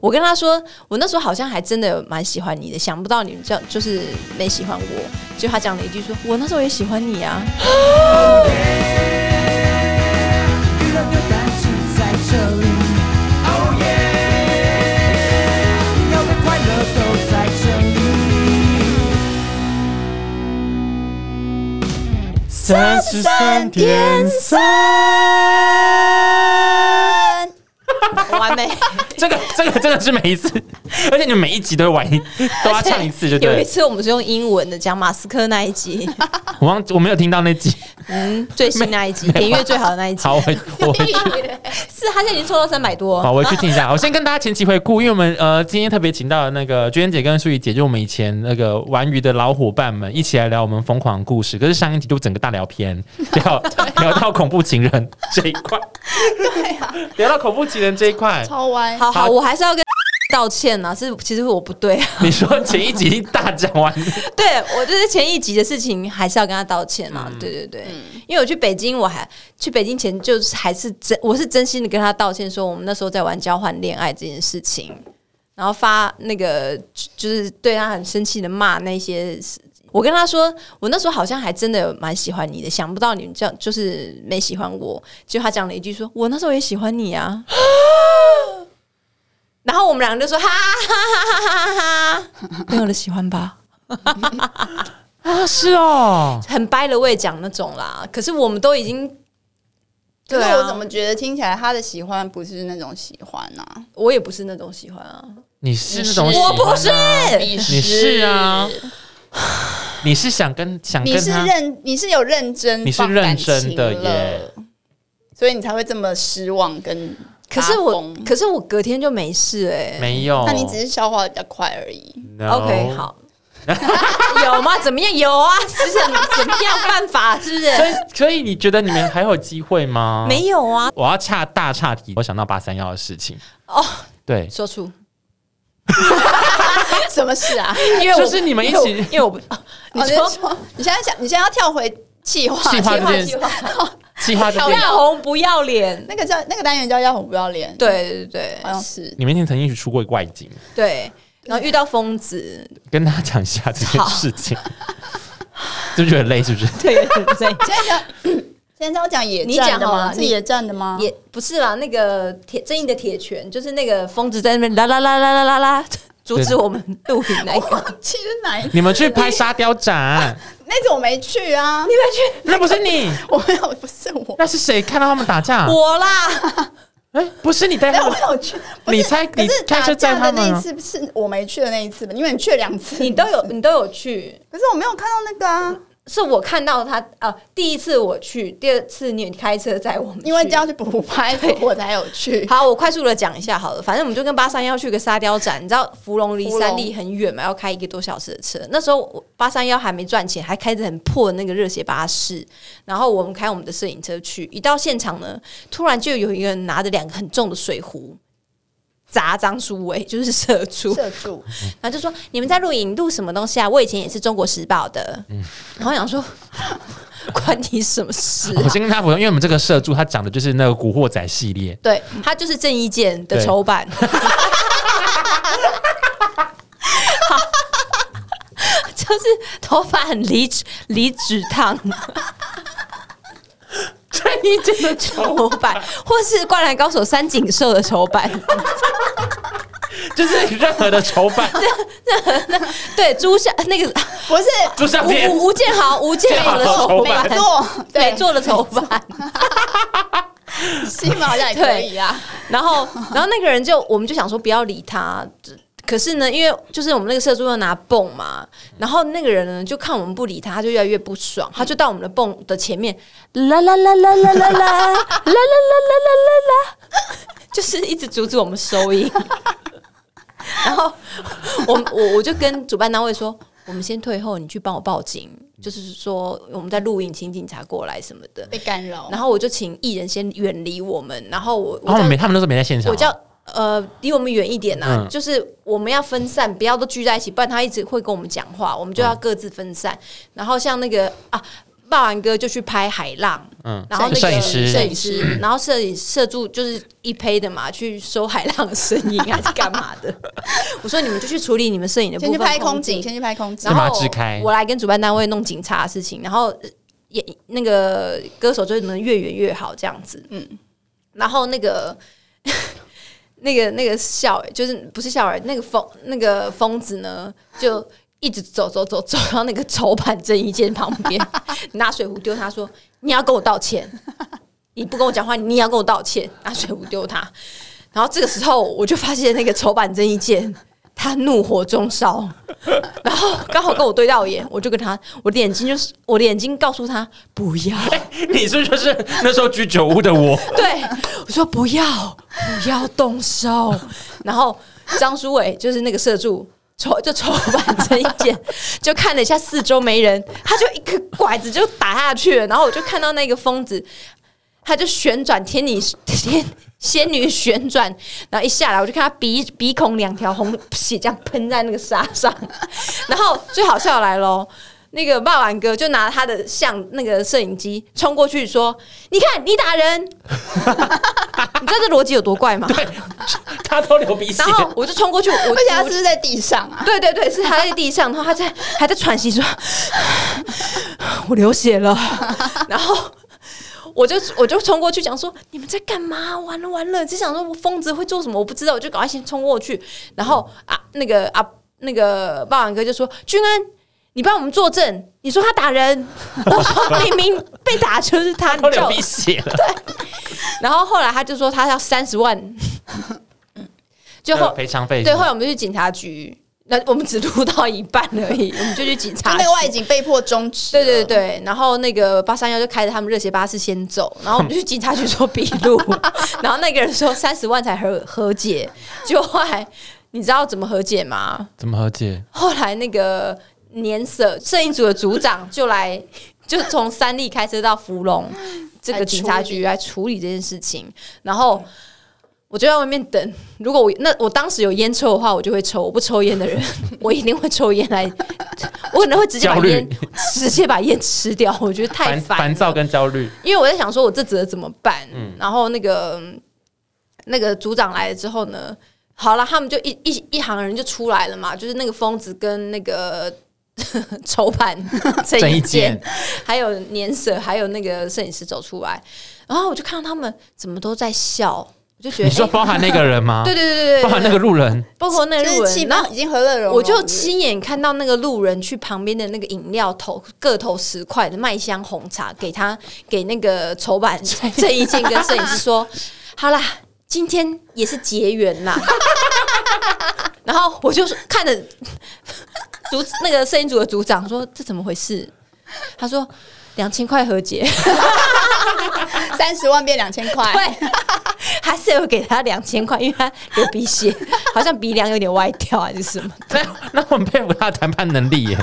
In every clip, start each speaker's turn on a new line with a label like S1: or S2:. S1: 我跟他说，我那时候好像还真的蛮喜欢你的，想不到你这样就是没喜欢我。就他讲了一句说，我那时候也喜欢你啊。
S2: 娱乐牛蛋就在这里，哦耶！要的快乐都在这里。
S3: 三十三点三，
S1: 完美，
S3: 这个这个真的是每一次， 而且你们每一集都会 玩一，都要唱一次，就对
S1: 有一
S3: 了。
S1: 次我们是用英文的讲马斯克那一集，
S3: 我忘我没有听到那 集，
S1: 嗯，最新那一 集，点 阅最好的那一集，
S3: 好，我我回去，
S1: 是他现在已经抽到三百多。
S3: 好，我回去听一下。我先跟大家前期回顾，因为我们呃今天特别请到了那个娟姐跟淑宇姐，就我们以前那个玩鱼的老伙伴们，一起来聊我们疯狂的故事。可是上一集就整个大聊 偏，聊聊到恐怖情人这一块，
S4: 对啊，
S3: 聊到恐怖情人这一块，
S4: 超歪。
S1: 好好，
S3: 好
S1: 我还是要跟道歉啊，是其实我不对，
S3: 你说前一集已经大讲完，
S1: 对我就是前一集的事情，还是要跟他道歉啊。对对对，因为我去北京，我还去北京前就是还是真，我是真心的跟他道歉，说我们那时候在玩交换恋爱这件事情，然后发那个就就是对他很生气的骂那些。我跟他说，我那时候好像还真的蛮喜欢你的，想不到你这样就是没喜欢我。结果他讲了一句说我那时候也喜欢你啊。然后我们两个就说哈哈哈哈哈哈，没有人喜欢吧？
S3: 啊，是哦，
S1: 很掰了位讲那种啦。可是我们都已经，
S4: 可
S1: 对
S4: 是
S1: 啊，
S4: 我怎么觉得听起来他的喜欢不是那种喜欢呢、啊？
S1: 我也不是那种喜欢啊，
S3: 你是那种
S5: 你
S3: 喜
S5: 是
S3: 欢
S1: 我
S3: 啊
S1: 不是，
S3: 你是啊，你是想跟想
S4: 你
S3: 跟
S4: 是
S3: 他，
S4: 认你是有认真，
S3: 你是认真的耶，
S4: 所以你才会这么失望跟
S1: 可是
S4: 发
S1: 我
S4: 疯，
S1: 可是我隔天就没事哎、
S3: 没有，
S4: 那你只是消化得比较快而已。
S3: No
S1: OK，。好。 有吗？怎么样？有啊，是怎么怎么样办法？是不
S3: 所
S1: 是？
S3: 以，所以你觉得你们还有机会 吗？
S1: 没有啊。
S3: 我要岔大岔题，我想到八三幺的事情。
S1: 哦，
S3: 对，
S1: 说出，
S4: 什么事啊？
S1: 因为我
S3: 就是你们一起
S1: 因为我 因为我 不，你
S4: 我就
S3: 哦
S1: 说
S4: 说你现在想，你现在要跳回气化，
S3: 计划这件
S4: 计
S3: 事
S4: 划
S3: 计划这
S1: 不
S3: 件，
S1: 要红不要脸。
S4: 那个叫那个单元叫要红不要脸，，
S1: 对对对
S3: 哦
S4: 好像是
S3: 你们以前曾经一起出过外景，
S1: 对，然后遇到疯子，
S3: 跟大家讲一下这件事情，是不是很累？是不是？
S1: 对对
S4: 现在讲 现在要讲野
S1: 你
S4: 战
S1: 讲
S4: 的
S1: 好
S4: 吗？
S1: 了
S4: 是
S1: 你
S4: 野战的吗？
S1: 也不是啦，那个铁正义的铁拳，就是那个疯子在那边啦啦啦啦啦啦啦，阻止我们录影那个。
S4: 其实哪一
S3: 你们去拍沙雕展，
S4: 那次我没去啊，
S3: 那不是你，
S4: 我没有，不是我，
S3: 那是谁看到他们打架？
S4: 啊
S1: 我啦，
S3: 哎，不是你带
S4: 没
S3: 他
S4: 有
S3: 们
S4: 没，有去，不
S3: 你
S4: 是
S3: 猜
S4: 可
S3: 你
S4: 是
S3: 开
S4: 打
S3: 车载
S4: 架
S3: 他
S4: 的
S3: 们
S4: 那一
S3: 啊？
S4: 次不是我没去的那一次吧？因为你去了两次，
S1: 你都有，你都有去，
S4: 可是我没有看到那个啊，
S1: 是我看到他啊、第一次我去，第二次你开车载我们去，
S4: 因为这要去补拍，所以我才有去。
S1: 好，我快速的讲一下好了，反正我们就跟八三幺去个沙雕展，你知道芙蓉离
S4: 芙蓉
S1: 三立很远嘛，要开一个多小时的车。那时候我八三幺还没赚钱，还开着很破的那个热血巴士，然后我们开我们的摄影车去，一到现场呢，突然就有一个人拿着两个很重的水壶。砸张书 伟就是社畜，
S4: 社畜，
S1: 然后就说你们在录影录什么东西啊？我以前也是中国时报的，然后我想说关你什么事啊、
S3: 我先跟他补充，因为我们这个社助他讲的就是那个《古惑仔》系列，
S1: 对，他就是郑伊健的丑版。 就是头发很离指离指烫，郑伊健的丑版，或是《灌篮高手》三井寿的丑版，
S3: 就是任何的筹 办，
S1: 对，朱夏那个
S4: 不是
S3: 就像片
S1: 吴吴吴建豪吴建豪的丑版
S4: 没，做，
S1: 美
S4: 对，
S1: 做的丑版，
S4: 西马好像也可以啊。
S1: 然后，然后那个人就，我们就想说不要理他。可是呢，因为就是我们那个社助要拿泵嘛，然后那个人呢就看我们不理他，他就越来越不爽，他就到我们的泵的前面，啦啦啦啦啦啦啦啦啦啦啦啦啦，就是一直阻止我们收音。 然后我我我就跟主办单位说，我们先退后，你去帮我报警，就是说我们在录影，请警察过来什么的。
S4: 被干扰，
S1: 然后我就请艺人先远离我们，然后我我
S3: 然后
S1: 叫
S3: 啊没他们都是没在现场
S1: 我，叫呃，离我们远一点啊，
S3: 嗯
S1: 就是我们要分散，不要都聚在一起，不然他一直会跟我们讲话，我们就要各自分散。然后像那个啊，霸完哥就去拍海浪，
S3: 嗯，
S1: 然后那个
S3: 摄影师
S1: 摄影师，然后摄影摄助就是一胚的嘛，去收海浪的声音还是干嘛 的？我说你们就去处理你们摄影的部分，
S4: 先去拍空景，，先去拍空景
S1: 然，
S3: 把它
S1: 后
S3: 支开
S1: 我来跟主办单位弄警察的事情，然后呃也那个歌手就是能越远越好这样子，嗯，然后那个。 那个那个笑欸，就是不是笑儿，那个疯那个疯子呢，就一直走走走走到那个筹版郑伊健旁边，拿水壶丢他说：“你要跟我道歉， 你不跟我讲话，你也要跟我道歉。”拿水壶丢他，然后这个时候我就发现那个筹版郑伊健他怒火中烧，然后刚好跟我对到眼，我就跟他，我的眼睛就是我的眼睛告诉他不要，
S3: 你是不是就是那时候居酒屋的我？
S1: 对，我说不要，不要动手。然后张书伟就是那个社助，抽就抽板这一件，就看了一下四周没人，他就一个拐子就打下去了。然后我就看到那个疯子，他就旋转天女天仙女旋转，然后一下来我就看他鼻鼻孔两条红血这样喷在那个沙上。然后最好笑的来喽。那个霸王哥就拿他的像那个摄影机冲过去说：“你看，你打人， 你知道这逻辑有多怪吗？
S3: 对，他都流鼻血
S1: 然。后我就冲过去，我
S4: 而且他是
S1: 我
S4: 不是在地上啊？
S1: 对对对，是他在地上，然后他在还在喘息说：“ 我流血了。” 然后我就我就冲过去讲说：“你们在干嘛？完了完了！”只想说疯子会做什么，我不知道，我就赶快先冲过去。然后啊，那个啊，那个霸王哥就说：“君安。”你帮我们作证，你说他打人，我说明明被打就是他，
S3: 他都
S1: 你叫
S3: 流
S1: 我
S3: 鼻血了，
S1: 然后后来他就说他要三十 万，就
S3: 呃
S1: 后
S3: 赔偿费是
S1: 对，后
S3: 吗
S1: 来我们就去警察局，那我们只录到一半而已，我们就去警
S4: 就
S1: 察
S4: 那
S1: 局
S4: 个。外景被迫终止。
S1: 对对，对，然后那个八三幺就开着他们热血巴士先走，然后我们就去警察局做笔录，然后那个人说三十万才和和解，结果后来你知道怎么和解吗？
S3: 怎么和解？
S1: 后来那个年社摄影组的组长就来， 就从三立开车到芙蓉这个警察局来处理这件事情，然后。我就在外面等。如果我那我当时有烟抽的话，我就会抽。我不抽烟的人， 我一定会抽烟来。 我可能会直接把
S3: 焦虑
S1: 烟直接把烟吃掉。我觉得太
S3: 烦
S1: 烦
S3: 烦
S1: 了
S3: 躁跟焦虑，
S1: 因为我在想说我这责怎么办，
S3: 嗯
S1: 然后那个那个组长来了之后呢，好了，他们就一一一行人就出来了嘛，就是那个疯子跟那个 筹盘
S3: 郑
S1: 郑
S3: 伊
S1: 伊
S3: 健
S1: 健，还有年舍，还有那个摄影师走出来，然后我就看到他们怎么都在笑，我就觉
S3: 你
S1: 得
S3: 说包含那个人吗？
S1: 哎对对对对
S3: 包含
S1: 对
S3: 那
S1: 对，
S3: 个路人，
S1: 包括那个路
S4: 就是气
S1: 人，然后
S4: 氛已经和乐融融了。
S1: 我就亲眼看到那个路人去旁边的那个饮料投各投十块的麦香红茶，给他给那个筹版郑伊健跟摄影师说：“ 好啦，今天也是结缘啦。” 然后我就是看着组那个摄影组的组长说：“这怎么回事？”他说：“两千块和解。”
S4: 三十万变两千
S3: 哎
S4: 块，
S1: 对，还是有给他两千块，因为他流鼻血，好像鼻梁有点歪掉还是什么，
S3: 那那我很佩服他的谈判能力耶，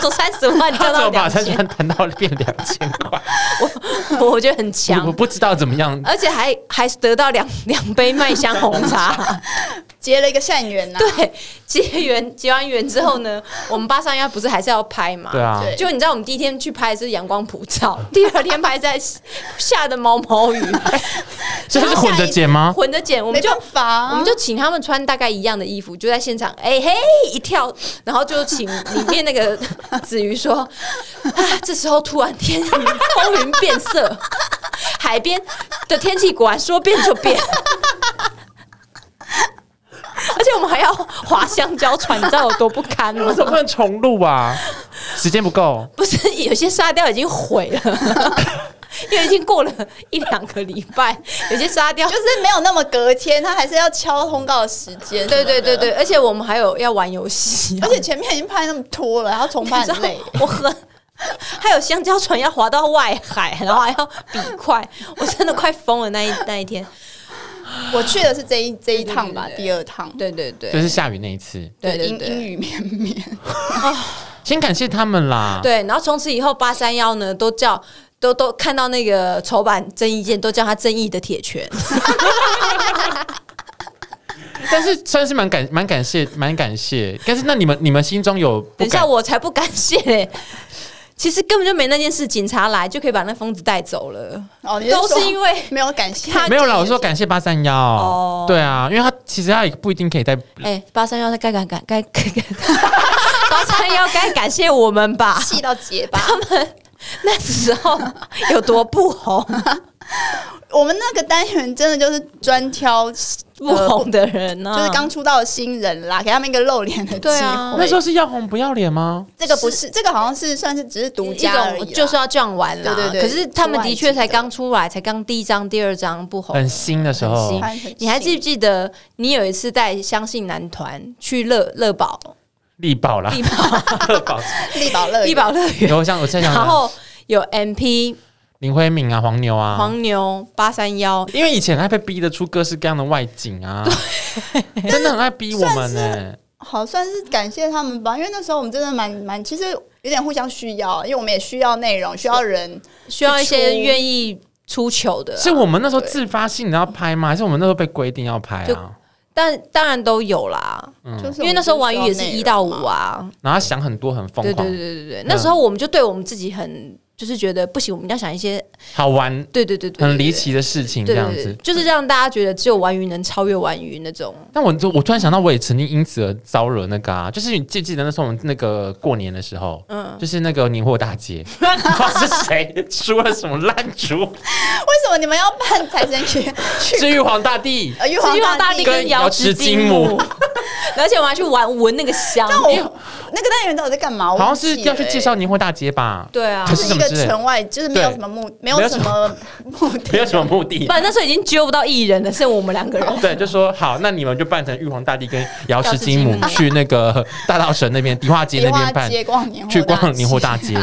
S1: 从三十万
S3: 他
S1: 掉
S3: 怎
S1: 到
S3: 么把
S1: 两
S3: 三
S1: 千
S3: 千。谈到变两千块？
S1: 我 我觉得很
S3: 我我
S1: 强，
S3: 不知道怎么样，
S1: 而且还还得到两两杯麦香红 茶。
S4: 结了一个善缘呐。
S1: 对，结缘结完缘之后呢，我们八三幺不是还是要拍嘛？
S3: 对。啊，
S4: 对
S1: 就你知道，我们第一天去拍的是阳光普照， 第二天拍在下的毛毛雨，
S3: 所以是混着剪吗？
S1: 混着剪，我们
S4: 没
S1: 就
S4: 办法啊，
S1: 我们就请他们穿大概一样的衣服，就在现场，哎、嘿一跳，然后就请里面那 个子瑜说，啊，这时候突然天风云变色，海边的天气果然说变就变。而且我们还要划香蕉船，你知道有多不堪吗
S3: 为？什么不能重录啊？时间不够，
S1: 不是有些沙雕已经毁了，因为已经过了一两个礼拜，有些沙雕
S4: 就是没有那么隔天，他还是要敲通告的时间。
S1: 对对对对，，而且我们还有要玩游戏，啊
S4: 而且前面已经拍那么多了，然后重拍很累。
S1: 我很。还有香蕉船要滑到外海，然后还要比快，我真的快疯了那一那一天。
S4: 啊我去的是这一这一趟吧，第二趟。
S1: 对对对
S3: 就是下雨那一次。
S1: 对对
S4: 阴阴
S1: 对
S4: 雨绵绵。
S3: 先感谢他们啦，
S1: 对，然后从此以后八三幺呢都叫都都看到那个丑版郑伊健都叫他正义的铁拳，
S3: 但是算是蛮感蛮感谢蛮感谢。但是那你们你们心中有不
S1: 等一
S3: 感
S1: 下我才不感谢嘞、其实根本就没那件事，警察来就可以把那疯子带走了，
S4: 哦，你
S1: 都
S4: 说
S1: 是因 为
S4: 没有感谢
S1: 他
S3: 没有啦，我说感谢八三幺。
S1: 哦
S3: 对啊，因为他其实他也不一定可以在
S1: 哎，八三幺该感感该该，八三幺该感谢我们吧？
S4: 气到结巴。
S1: 那时候有多不红
S4: 我们那个单元真的就是专挑
S1: 不红的人啊呢、
S4: 呃 就是刚出道的新人啦，给他们一个露脸的机
S1: 对啊
S4: 会。
S3: 那时候是要红不要脸吗？
S4: 这个不是，这个好像是算是只是独
S1: 一
S4: 家而已
S1: 种
S4: 啦，
S1: 就是要这样玩啦。
S4: 对对对
S1: 可是他们的确
S4: 出外
S1: 才
S4: 景的
S1: 刚出来，才刚第一张、第二张不红。
S3: 很新的时
S1: 哦很
S3: 候
S1: 新，你还记不记得你有一次带相信男团去乐乐宝
S3: 力宝啦，
S1: 力宝
S3: 力宝。
S4: 力宝乐园
S1: 力宝乐园，
S3: 有像我在想
S1: 然后有 MP
S3: 林慧敏啊，黄牛啊，
S1: 黄牛八三幺，
S3: 因为以前还被逼得出各式各样的外景啊，真的很爱 逼我们呢、欸
S4: 好算是感谢他们吧，因为那时候我们真的蛮蛮，其实有点互相需要，因为我们也需要内容，需要人，
S1: 需要一些
S4: 出
S1: 愿意出糗的啊、
S3: 是我们那时候自发性的要拍吗？还是我们那时候被规定要拍
S1: 就
S3: 啊？
S1: 但当然都有啦，
S3: 嗯
S4: 就是
S1: 因为那时候玩
S4: 玩
S1: 鱼也是一到五，啊，
S3: 然后想很多很疯
S1: 对对
S3: 狂嗯
S1: 对，对对，那时候我们就对我们自己很就是觉得不行，我们要想一些
S3: 好玩。
S1: 对对对对
S3: 很离，奇的事情这
S1: 对对
S3: 样
S1: 对对对
S3: 子
S1: 对，，就是让大家觉得只有玩鱼能超越玩鱼那种。
S3: 但我就我突然想到，我也曾经因此而招惹那个啊，就是你记不记得那时候我们那个过年的时候，嗯，就是那个年货 大街，不知道是谁出了什么烂竹，
S1: 啊
S4: 为什么你们要办财神 爷？
S3: 至于黄大帝。
S4: 呃，玉
S1: 是玉皇大帝
S4: 帝
S3: 跟瑶池金母，
S1: 而且我还去玩闻那个香，
S4: 那我那个单元到底在干嘛？
S3: 好
S4: 我
S3: 像
S4: 忘记
S3: 是要去
S4: 了
S3: 介绍年货大街吧？
S1: 对啊
S3: 还
S4: 就是
S3: 什么
S4: 一个
S3: 之类的
S4: 城外，就是没有
S3: 对
S4: 什么目，没
S3: 没有
S4: 有什么目的，
S3: 没有什么目的
S1: 不。然那时候已经揪不到艺人了，剩我们两个人。
S3: 对，就说好，那你们就扮成玉皇大帝跟瑶池金
S1: 瑶池
S3: 母
S1: 金母
S3: 去那个大稻城那边迪化街那
S4: 迪化
S3: 边办，
S4: 街逛年货
S3: 去逛年货
S4: 大
S3: 大街。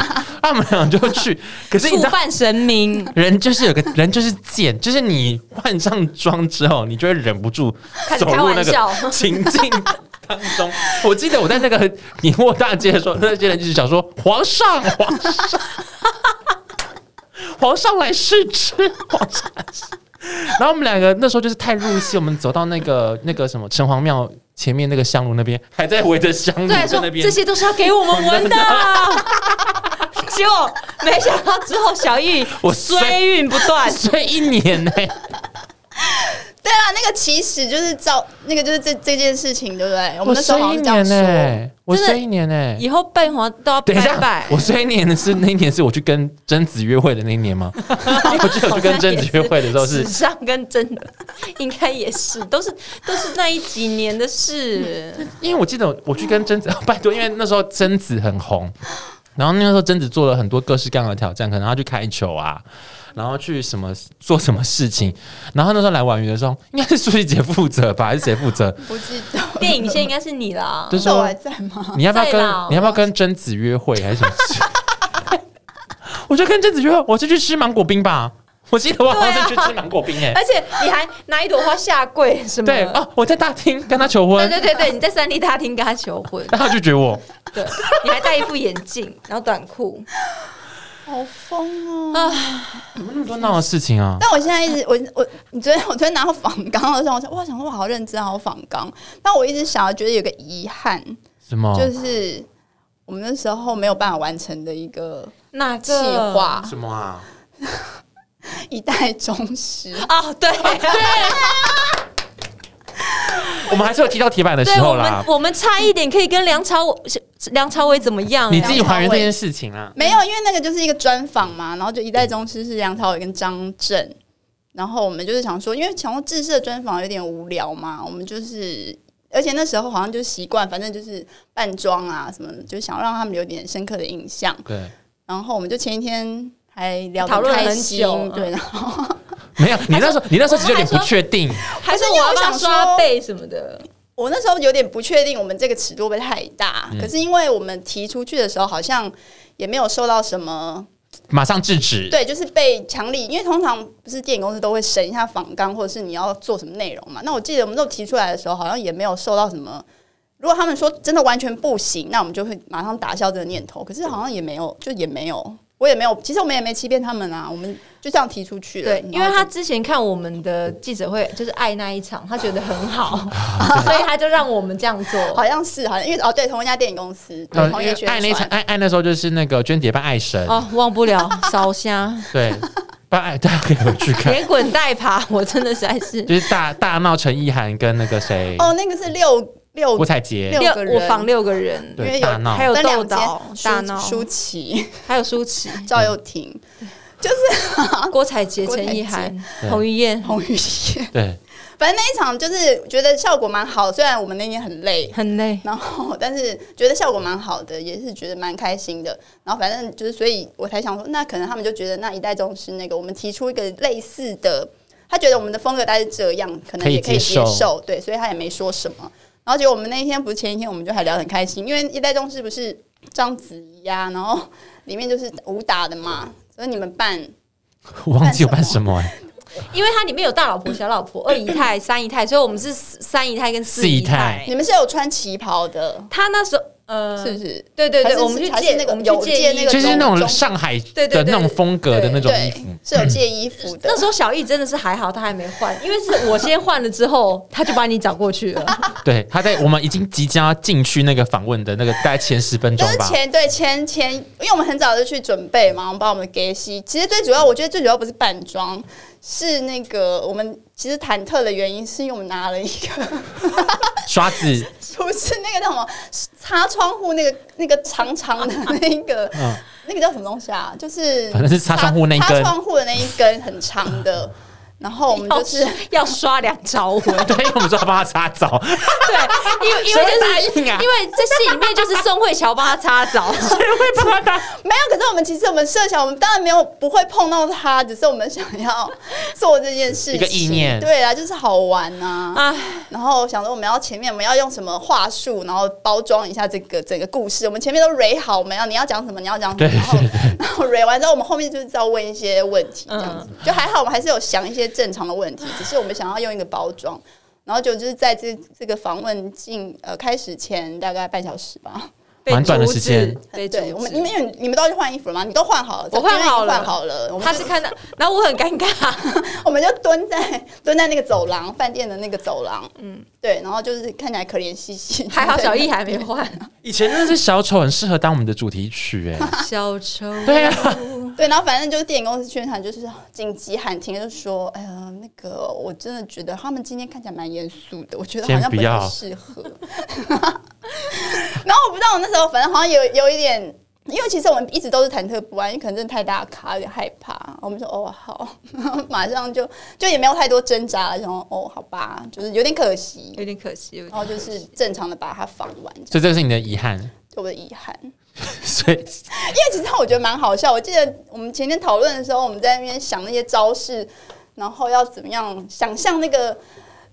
S3: 他们俩就去，可是
S1: 触
S3: 你知道，嗯
S1: 犯神明，
S3: 人就是有个人就是贱， 就是你换上妆之后，你就会忍不住
S1: 开始
S3: 走
S1: 开
S3: 入那
S1: 玩 笑
S3: 个情境当中。我记得我在那个年货大街的时候，那些人就是想说皇上，皇上，皇上来试吃，皇上来试。然后我们两个那时候就是太入戏，我们走到那个那个什么城隍庙前面那个香炉那边，还在围着香炉
S1: 对，
S3: 在
S1: 说
S3: 那边
S1: 这。些都是要给我们闻 的。结果没想到之后，小玉
S3: 我
S1: 衰运不断，
S3: 所以一年呢、
S4: 街。对啦，那个其实就是照那个就是这这件事情，对不对？我
S3: 我
S4: 们那时候
S3: 睡
S4: 好
S3: 一
S4: 像这样
S3: 年呢、
S4: 说。
S3: 我
S1: 真的
S3: 睡一年呢、
S1: 以后拜皇都要
S3: 等一
S1: 拜
S3: 下
S1: 拜，。
S3: 我虽年的是那一年是我去跟贞子约会的那一 年吗？我记得我去跟贞子约会的时候是
S1: 史上跟真的，应该也是，都是都是那一几年的事。
S3: 因为我记得我去跟贞子，哦拜托，因为那时候贞子很红，然后那时候贞子做了很多各式各样的挑战，可能她去开球啊，然后去什么做什么事情，然后那时候来玩鱼的时候，应该是苏琪姐负责吧，还是谁 负责？
S4: 不记 得了
S1: 电影线应该是你啦
S3: 就，是
S4: 那我
S3: 说
S4: 还在吗？
S3: 你要不要跟
S1: 在啦
S3: 你要不要跟贞子约会还是什么 事？我就跟贞子约会，我是去吃芒果冰吧。我记得我好像是去
S1: 对啊
S3: 吃芒果冰哎、
S1: 而且你还拿一朵花下跪什么？
S3: 对哦，我在大厅跟他求
S1: 对
S3: 婚，
S1: 对对对，你在三立大厅跟他求婚，
S3: 但他拒绝我。
S1: 对，你还戴一副眼镜，然后短裤，
S4: 好疯哦！
S3: 怎么那么多闹的事情啊？
S4: 但我现在一直我我你昨天我昨天拿到仿钢的时候，我想哇，想说我好认真，啊好仿钢。但我一直想要觉得有个遗憾，
S3: 什么？
S4: 就是我们那时候没有办法完成的一个
S1: 那
S4: 计划，
S3: 什么啊？
S4: 一代宗师。
S1: 哦， 对对
S3: 我们还是有踢到铁板的时
S1: 对，我
S3: 候
S1: 们
S3: 啦。
S1: 我们差一点可以跟梁朝梁朝伟怎么样？
S3: 你自己还原这件事情啊？
S4: 没有，因为那个就是一个专访嘛，然后就一代宗师是梁朝伟跟张震，然后我们就是想说，因为想说志社专访有点无聊嘛，我们就是，而且那时候好像就习惯，反正就是扮装啊什么的，就想让他们留点深刻的印象。
S3: 对，
S4: 然后我们就前一天还聊
S1: 讨
S4: 得
S1: 论了
S4: 开
S1: 很
S4: 心
S1: 久嗯，
S4: 对，然后
S3: 没有。你那时候，你那时候只是有点
S1: 我们
S3: 不
S1: 还说
S3: 确定。
S1: 还是我
S4: 不是因为
S1: 要
S4: 我
S1: 帮
S4: 想
S1: 他
S4: 说
S1: 刷背什么的？
S4: 我那时候有点不确定，我们这个尺度会不会太大？可是因为我们提出去的时候，好像也没有受到什么
S3: 马上制止。
S4: 对，就是被强力，因为通常不是电影公司都会审一下访纲，或者是你要做什么内容嘛。那我记得我们都提出来的时候，好像也没有受到什么。如果他们说真的完全不行，那我们就会马上打消这个念头。可是好像也没有，就也没有。我也没有，其实我们也没欺骗他们啊，我们就这样提出去了。
S1: 对，
S4: 然后
S1: 因为他
S4: 就
S1: 之前看我们的记者会，就是爱那一场，他觉得很 好，
S3: 啊
S1: 所以他就让我们这样做。
S4: 好像是好像因为哦对，同一家电影公司，对，同一个宣
S3: 呃爱那场
S4: 传，
S3: 爱爱那时候就是那个娟姐扮爱神，
S1: 哦，忘不 了烧虾、
S3: 对，扮爱大家可以回去 看，
S1: 连滚带爬，我真的实在是
S3: 就是大大闹陈意涵跟那个谁
S4: 哦，那个是六六
S3: 郭采洁，
S4: 六
S1: 六
S4: 个，人
S1: 我防六个人，
S4: 因为
S3: 对
S4: 有
S3: 大闹
S1: 还，有
S4: 分
S1: 豆
S4: 两间
S1: 导、大
S4: 舒
S1: 闹，
S4: 舒淇、
S1: 还有舒淇、
S4: 赵又廷、
S1: 啊郭采洁、
S4: 郭采洁
S1: 陈意涵、
S3: 对
S1: 彭于晏，
S4: 洪雨燕，
S3: 对，
S4: 反正那一场就是觉得效果蛮好，虽然我们那天很累，
S1: 很累。
S4: 然后但是觉得效果蛮好的，也是觉得蛮开心的。然后反正就是，所以我才想说，那可能他们就觉得那一代宗师那个，我们提出一个类似的，他觉得我们的风格大概是这样，可能
S3: 可以
S4: 也可
S3: 接
S4: 以接
S3: 受
S4: 受，对，所以他也没说什么。然后结果我们那一天不是前一天，我们就还聊得很开心，因为一代宗师不是章子怡呀、然后里面就是武打的嘛，所以你们办
S3: 我忘记我扮
S4: 扮
S3: 什
S4: 什
S3: 么哎，
S1: 因为它里面有大老婆、小老婆、二姨太、三姨太，所以我们是四三姨太跟四姨
S3: 四
S4: 你们是有穿旗袍的，
S1: 他那时候呃，
S4: 是不是？
S1: 对对
S4: 还
S1: 对，
S4: 是
S1: 我们去
S4: 还是
S1: 借
S4: 那个
S1: 我们去
S4: 有
S1: 借
S4: 借
S1: 衣
S4: 那
S1: 服
S4: 个
S3: 就是那种
S4: 中
S3: 上海
S1: 对
S3: 的
S1: 对
S3: 那种风格的那种衣
S4: 对
S3: 服，，
S4: 是有借衣服的
S1: 那。时候小易真的是还好，他还没换，因为是我先换了之后，他就把你找过去 了。
S3: 对，他在我们已经即将要进去那个访问的那个大概前十分钟
S4: 就是
S3: 吧，
S4: 前对前前，因为我们很早就去准备嘛，我们把我们给洗。其实最主要，我觉得最主要不是扮装，是那个我们其实忐忑的原因，是因为我们拿了一个
S3: 刷子，
S4: 不是那个叫什么擦窗户那个那个长长的那个、
S3: 嗯，
S4: 那个叫什么东西啊？就是
S3: 反正是擦窗户那一根
S4: 擦窗户的那一根很长的。然后我们
S1: 要
S4: 就是
S1: 要刷两招 我，对，
S3: 对，因为我们说要帮他擦澡，
S1: 因为因
S3: 谁
S1: 为
S3: 会答
S1: 就是
S3: 应啊
S1: 因为在戏里面就是宋慧乔帮他擦澡，
S4: 没有，可是我们其实我们设想，我们当然没有不会碰到它，只是我们想要做这件事情，
S3: 一个意念
S4: 对啊，就是好玩呐、啊。
S1: 唉，
S4: 然后想说我们要前面我们要用什么话术，然后包装一下这个整个故事。我们前面都蕊好，我们要你要讲什么，你要讲什么，
S3: 对
S4: 然后
S3: 对对
S4: 然后蕊完之后，我们后面就是要问一些问题，这样子、
S1: 嗯
S4: 就还好，我们还是有想一些正常的问题，只是我们想要用一个包装。然后就就是在这这个访问进呃开始前大概半小时吧，
S1: 被
S3: 蛮短的
S1: 阻
S3: 时
S1: 止
S3: 间，
S1: 被阻
S4: 对我们
S1: 止
S4: 因为你们你们都要去换衣服了吗？你都换好了，
S1: 我换好了
S4: 换好了，我们
S1: 他是看到，然后我很尴 尬，
S4: 我们就蹲在蹲在那个走廊，饭店的那个走廊，嗯，对，然后就是看起来可怜兮 兮。
S1: 还好小易还没换，
S3: 以前那是小丑，很适合当我们的主题曲， 哎，
S1: 小丑
S3: 对啊，
S4: 对，然后反正就是电影公司宣传就是呃紧急喊停，就说，哎呀，那个我真的觉得他们今天看起来蛮严肃的，我觉得好
S3: 先
S4: 像
S3: 不
S4: 不
S3: 要
S4: 太适合。 然后我不知道我那时候，反正好像有有一点。因为其实我们一直都是忐忑不安，因为可能真的太大咖，有点害怕。我们说哦好， 马上就就也没有太多挣扎了，然后哦好吧，就是有点可惜。
S1: 有点可惜，有
S4: 然后就是正常的把它放完，
S3: 所
S4: 这
S3: 以这是你的遗憾，
S4: 就我的遗憾。因
S3: 所以
S4: 为其实我觉得蛮好笑，我记得我们前天讨论的时候，我们在那边想那些招式，然后要怎么样想象那个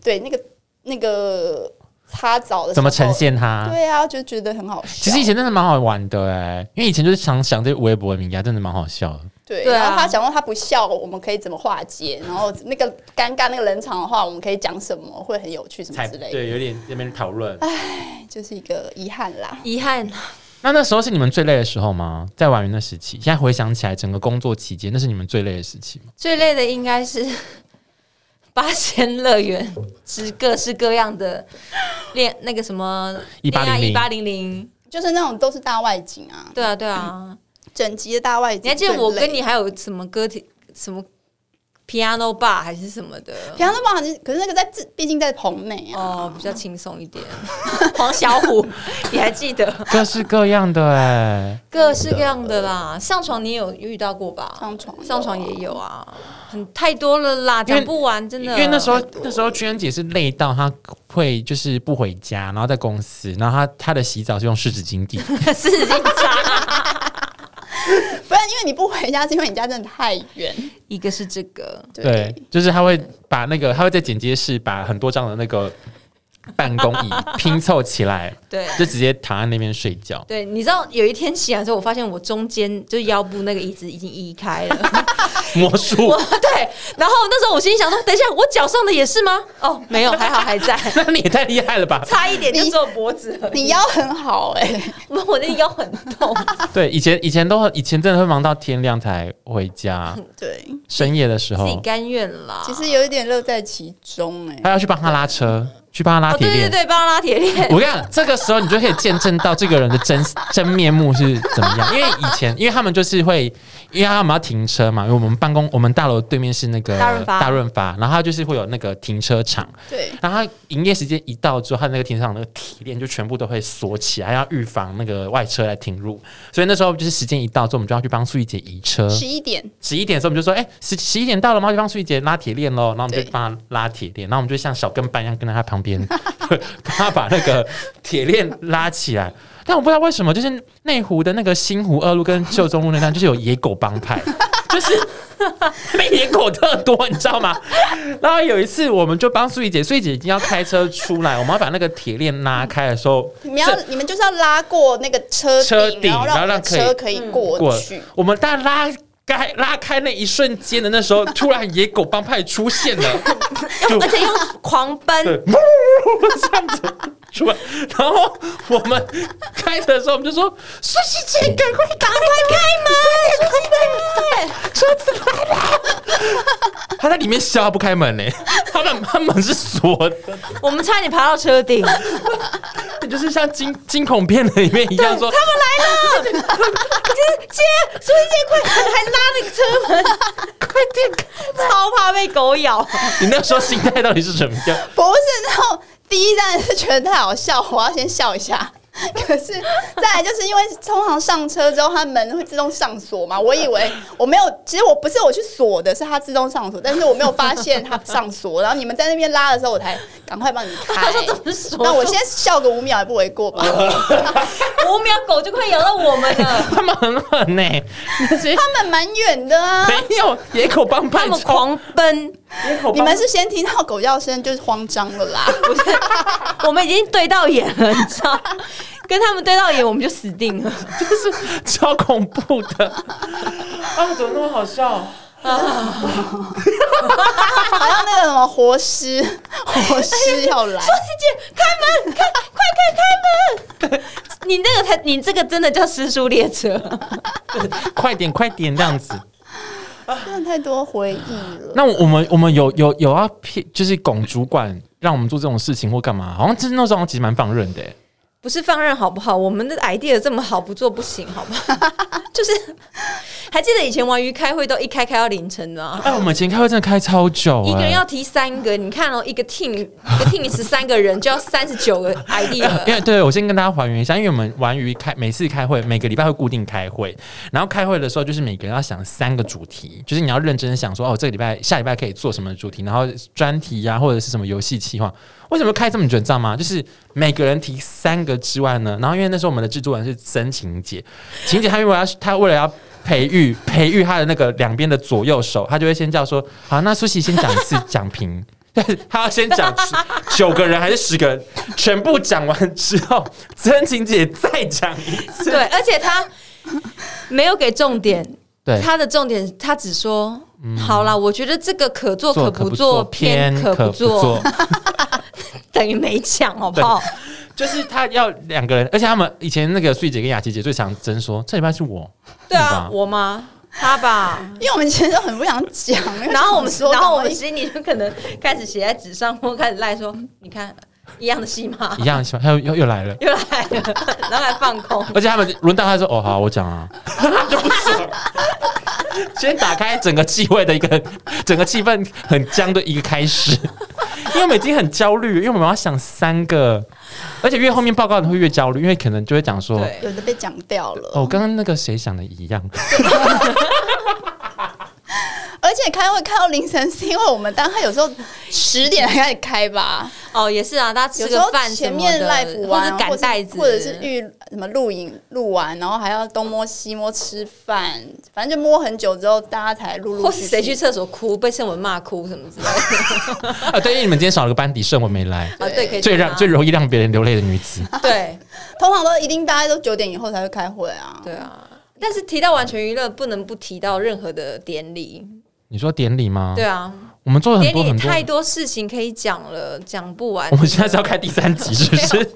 S4: 对那个那个擦澡的时候
S3: 怎么呈？现它？
S4: 对啊，就觉得很好笑。
S3: 其实以前真的蛮好玩的哎，因为以前就是想想这微博的名家，真的蛮好笑的。
S4: 对，
S1: 对啊
S4: 然后他讲说他不笑，我们可以怎么化解？然后那个尴尬那个冷场的话，我们可以讲什么会很有趣什么之类的，
S3: 有点那边讨论。
S4: 哎就是一个遗憾啦。
S1: 遗憾，
S3: 那那时候是你们最累的时候吗？在玩云的时期，现在回想起来，整个工作期间，那是你们最累的时期 吗？
S1: 最累的应该是 八仙乐园之各式各样的恋那个什么
S3: 1800
S1: 一八零零，
S4: 就是那种都是大外景啊，
S1: 对啊对啊，
S4: 整集的大外景
S1: 你
S4: 最
S1: 还
S4: 累。
S1: 记得我跟你还有什么歌体什么 piano bar 还是什么的？
S4: 平常都不好，可是那个在自，毕竟在棚内啊。
S1: 哦，比较轻松一 点。黄小虎，你还记得？
S3: 各式各样的哎，
S1: 各式各样的啦，上床你也有遇到过吧？
S4: 上床有啊
S1: 上床也有啊，很太多了啦，
S3: 因为
S1: 讲不完，真
S3: 因
S1: 的。
S3: 为那时候那时候娟姐是累到她会就是不回家，然后在公司，然后她她的洗澡是用湿纸巾滴，
S1: 是已经差，
S4: 不然因为你不回家，是因为你家真的太远。
S1: 一个是这个，
S4: 对，
S3: 对，就是她会把那个她会在剪接室把很多张的那个办公椅 拼凑起来，
S1: 对
S3: 就直接躺在那边睡觉。
S1: 对，你知道有一天起来的时候，我发现我中间就腰部那个椅子已经移开 了。
S3: 魔
S1: 我
S3: 术，
S1: 对，然后那时候我心里想说，等一下我脚上的也是吗？哦，没有，还好还在，
S3: 那你也太厉害了吧？
S1: 差一点就只有脖子而已。
S4: 你腰很好哎、
S1: 我我那个腰很痛，
S3: 对，以前以前都以前真的会忙到天亮才回 家，
S4: 对，
S3: 深夜的时
S1: 自己
S3: 候
S1: 甘愿啦。
S4: 其实有一点乐在其中哎、
S3: 还要去帮他拉车，去帮他拉
S1: 哦，
S3: 铁
S1: 对对
S3: 链。
S1: 对，帮他拉铁链。
S3: 我跟你讲，这个时候你就可以见证到这个人的真真面目是怎么样。因为以前，因为他们就是会，因为他们要停车嘛，因为我们办公，我们大楼对面是那个
S1: 大润发
S3: 发然后他就是会有那个停车场，
S4: 对，
S3: 然后他营业时间一到之后，他那个停车场那个铁链就全部都会锁起来，要预防那个外车来停入。所以那时候就是时间一到之后，我们就要去帮苏怡姐移车。
S4: 十一点
S3: 十一点的时候，我们就说，哎、十十一点到了吗？就帮苏怡姐拉铁链喽。然后我们
S4: 对
S3: 就帮她拉铁链，然后我们就像小跟班一样跟在她旁 边，帮她把那个铁链拉起来。但我不知道为什么，就是内湖的那个新湖二路跟旧中路那段，就是有野狗帮 派，就是 被野狗特多，你知道吗？然后有一次，我们就帮苏怡姐，苏怡姐已经要开车出来，我们要把那个铁链拉开的时候，
S4: 你们要你们就是要拉过那个车
S3: 车
S4: 顶，
S3: 顶
S4: 然后
S3: 然后
S4: 让
S3: 让可以
S4: 车可
S1: 嗯
S4: 以过
S3: 过
S4: 去。
S3: 我们大家拉开拉开那一瞬间的那时候，突然野狗帮派出现 了，就
S1: 而且又狂
S3: 对
S1: 奔，，
S3: 呜这样子出来。然后我们开车的时候，我们就说：“苏西姐，赶快赶快开门，苏西姐，车子来了。”他在里面笑，他不开门呢、欸他们他们是锁的，
S1: 我们差点爬到车 顶。他
S3: 就是像惊惊恐片的里面一样说。
S1: 们来了，姐姐，苏怡姐，快还拉那个车门，快点，超怕被狗咬。
S3: 你那时候心态到底是什么样？
S4: 不是，然后第一站是觉得太好笑，我要先笑一下。 可是再来就是因为通常上车之后，它门会自动上锁嘛，我以为我没有，其实我不是我去锁的，是它自动上锁，但是我没有发现它上锁，然后你们在那边拉的时候，我才赶快帮你开
S1: 他。说怎么说？
S4: 那我先笑个五秒也不为 过吧？
S1: 五秒狗就快咬到我们了。
S3: 他们很狠呢、欸
S4: 他们蛮远 的啊，
S3: 没有野狗帮派
S1: 他们
S3: 冲，
S1: 狂奔，
S3: 野狗帮
S4: 你们是先听到狗叫声就是慌张了啦。
S1: 不是，我们已经对到眼了，你知道？跟他们对到眼，我们就死定了。
S3: 就是超恐怖的啊！怎么那么好笑？
S4: 好像那个什么活尸，活尸要
S1: 哎
S4: 来，
S1: 姐姐，开门，开，快快开门！ 你那个才，你这个真的叫失速列车。
S3: 快点，快点，这样子。
S4: 真的太多回忆了。
S3: 那我们我们有有有要骗，就是拱主管让我们做这种事情或干嘛？好像真的那时候其实蛮放任的、欸。
S1: 不是放任好不好？我们的 idea 这么好，不做不行好不好？ 就是还记得以前玩鱼开会都一开开到凌晨的、啊。
S3: 哎，我们以前开会真的开超久、欸，
S1: 一个人要提三个，你看哦，一个 team 一个 team 十三个人就要三十九个 idea，
S3: 因为对我先跟大家还原一下，因为我们玩鱼开每次开会，每个礼拜会固定开会，然后开会的时候就是每个人要想三个主题，就是你要认真地想说哦，这个礼拜下礼拜可以做什么主题，然后专题呀、或者是什么游戏企划。为什么开这么久，你知道吗？就是每个人提三个之外呢，然后因为那时候我们的制作人是曾晴姐，晴姐她因为要她为了要。培育培育她的那个两边的左右手，她就会先叫说：“好，那苏西先讲一次讲评。”但是她要先讲十九个人还是十个人，全部讲完之后，曾晴姐再讲一次。
S1: 对，而且他没有给重点，
S3: 对
S1: 他的重点他只说，好啦，我觉得这个可嗯做
S3: 做
S1: 不
S3: 不
S1: 做，
S3: 偏
S1: 可
S3: 不
S1: 做，， 等于没讲好不好？
S3: 就是她要两个人，而且他们以前那个素姐跟雅琪姐最常争说，这礼拜是我，
S1: 对
S3: 你
S1: 啊
S3: 吧，
S1: 我吗？他吧，
S4: 因为我们其实都很不想讲，
S1: 然后我们
S4: 因为想说，
S1: 然后我们
S4: 赶快
S1: 心里就可能开始写在纸上，或开始赖说，你看一样的戏 码
S3: 一 样，又又又来了。
S1: 又来了，然后还放空。
S3: 而且他们轮到他说：“哦，好，我讲啊。” 就不爽。先打开整个气味的一个整个气氛很僵的一个开始，因为我们已经很焦虑，因为我们要想三个，而且越后面报告你会越焦虑，因为可能就会讲说：“哦
S1: 对，
S4: 有的被讲掉了。
S3: 哦，刚刚那个谁想的一样。
S4: 而而且开会开到凌晨，是因为我们大概有时候十点才开始开吧，
S1: 哦，也是啊，大家吃
S4: 有时
S1: 个
S4: 候
S1: 饭什
S4: 前
S1: 么
S4: 面
S1: 的啊
S4: live
S1: 或
S4: 完，
S1: 者赶袋子，
S4: 或者是预什么录影录完，然后还要东摸西摸吃饭，反正就摸很久之后，大家才陆陆
S1: 或
S4: 续
S1: 是
S4: 续。
S1: 谁去厕所哭，被圣文骂哭什么之类的。
S3: 啊，对，因为你们今天少了个班底，剩我没来，
S1: 啊，对，可以
S3: 最让最
S1: 容
S3: 容易让别人流泪的女子。
S1: 对啊
S4: 通常都一定大家都九点以后才会开会啊。
S1: 对啊。但是提到完全娱乐，不能不提到任何的典礼。
S3: 你说典礼吗？
S1: 对，啊，
S3: 我们做了很
S1: 典
S3: 多
S1: 礼
S3: 很多。
S1: 太多事情可以讲了，讲不完。
S3: 我们现在是要开第三集，是不 是？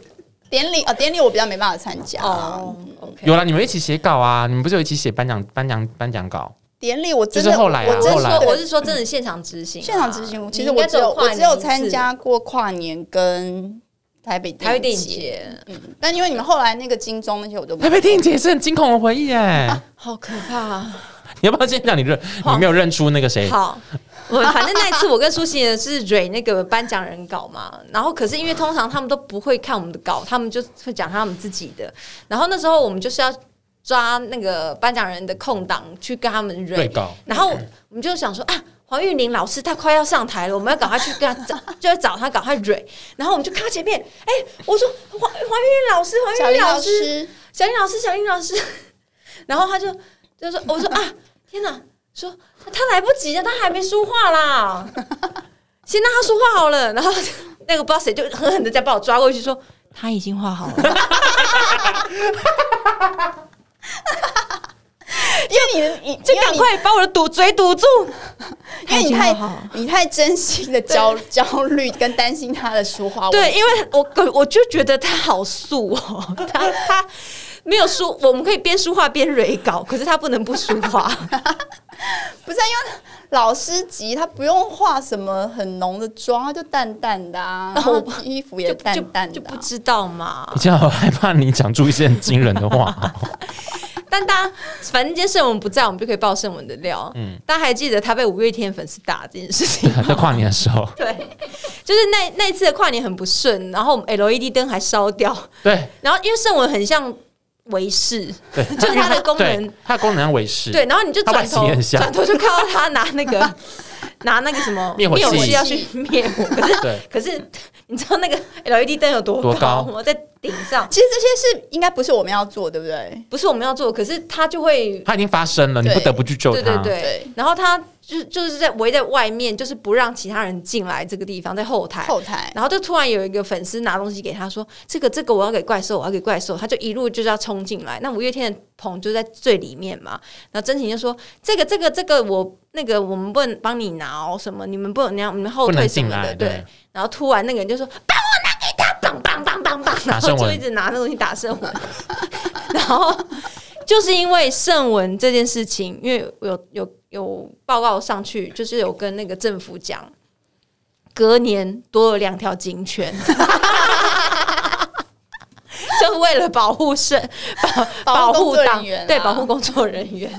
S4: 典礼啊，典礼我比较没办法参加。
S1: 哦，OK，
S3: 有啦，你们一起写稿啊，你们不是有一起写颁奖颁奖颁奖稿？
S4: 典礼我真的
S3: 就是后来啊
S4: 我真
S1: 我是
S3: 后
S4: 的
S3: 来
S1: 说，我是说，真的现场执行啊，
S4: 现场执行，其
S1: 你
S4: 实
S1: 应
S4: 我
S1: 该
S4: 只有
S1: 跨
S4: 我
S1: 年
S4: 只有
S1: 一次
S4: 参加过跨年跟台北
S1: 台北电
S4: 电
S1: 影，节，
S4: 嗯但因为你们后来那个金钟那些我都
S3: 台北电影节也是很惊恐的回忆哎、
S1: 好可怕啊。
S3: 你要不要先讲你认
S1: 好
S3: 你没有认出那个谁？
S1: 好，我反正那一次我跟苏欣妍是蕊那个颁奖人稿嘛，然后可是因为通常他们都不会看我们的稿，他们就会讲他们自己的。然后那时候我们就是要抓那个颁奖人的空档去跟他们
S3: 对
S1: 蕊，
S3: 稿
S1: 然后我们就想说啊。黄玉玲老师，她快要上台了，我们要赶快去跟她找，就要找她赶快蕊。然后我们就看到前面，哎、我说黄黄玉玲老师，黄
S4: 小
S1: 玉
S4: 林
S1: 玲
S4: 老
S1: 老师，
S4: 师
S1: 小英老师，小英老师，然后他就就说，我说啊，天哪，说他来不及了，他还没说话 啦，先让他说话好了。然后那个不知道谁就狠狠的再把我抓过去说，他已经画好了。哎
S4: 因为你你
S1: 就
S4: 因为
S1: 赶
S4: 你
S1: 快把我的堵嘴堵住，
S4: 因为你
S1: 他已
S4: 太
S1: 经画好了
S4: 你太真心的焦焦虑跟担心他的说话，
S1: 对，因为我我就觉得他好素哦，他他没有书，我们可以边书画边蕊稿，可是他不能不书画。
S4: 不是啊因为老师级他不用化什么很浓的妆，他就淡淡的啊，然
S1: 然后
S4: 后
S1: 我
S4: 衣服也
S1: 哦就
S4: 淡
S1: 就
S4: 淡
S1: 就
S4: 的啊、
S1: 不知道嘛
S3: 你，这样好害怕你讲出一些很惊人的话。
S1: 但大家反正今天盛文不在，我们就可以爆盛文的料。嗯，大家还记得他被五月天粉丝打这件事情？
S3: 在跨年的时候，
S1: 对，就是那那一次的跨年很不顺，然后我们 LED 灯还烧掉，
S3: 对
S1: 然后因为盛文很像维士，
S3: 对，
S1: 就是它的功能
S3: 对，它的功能要维持。
S1: 对，，然后你就
S3: 他把
S1: 转
S3: 自
S1: 头
S3: 己很像
S1: 转头就看到他拿那个拿那个什么
S3: 灭火器
S1: 器要去灭火，可是
S3: 对
S1: 可是 你知道那个 LED 灯有多
S3: 多高
S1: 吗？在顶上，
S4: 其实这些事应该不是我们要做，对不对？
S1: 不是我们要做，可是它就会
S3: 它已经发生了，你
S4: 对
S3: 不得不去救它。
S1: 对对对，
S4: 对
S1: 然后他就就是在围在外面，就是不让其他人进来这个地方，在后台。
S4: 后台
S1: 然后就突然有一个粉丝拿东西给他说：“这个这个我要给怪兽，我要给怪兽。”他就一路就是要冲进来。那五月天的棚就在最里面嘛。然后真情就说：“这个这个这个我那个我们不能帮你拿哦，什么你们不能你要你们后
S3: 不能
S1: 退什
S3: 进
S1: 么的。
S3: 来，
S1: 对，然后突然那个人就说：“帮我拿给他，棒棒棒棒棒！”
S3: 打
S1: 然
S3: 圣
S1: 后
S3: 文
S1: 就一直拿那东西打圣文， 然后就是因为圣文这件事情，因为有有有报告上去，就是有跟那个政府讲，隔年多了两条警犬。 就为了保护圣保
S4: 保护
S1: 护
S4: 工作
S1: 党
S4: 人员啊
S1: 对保护工作人员，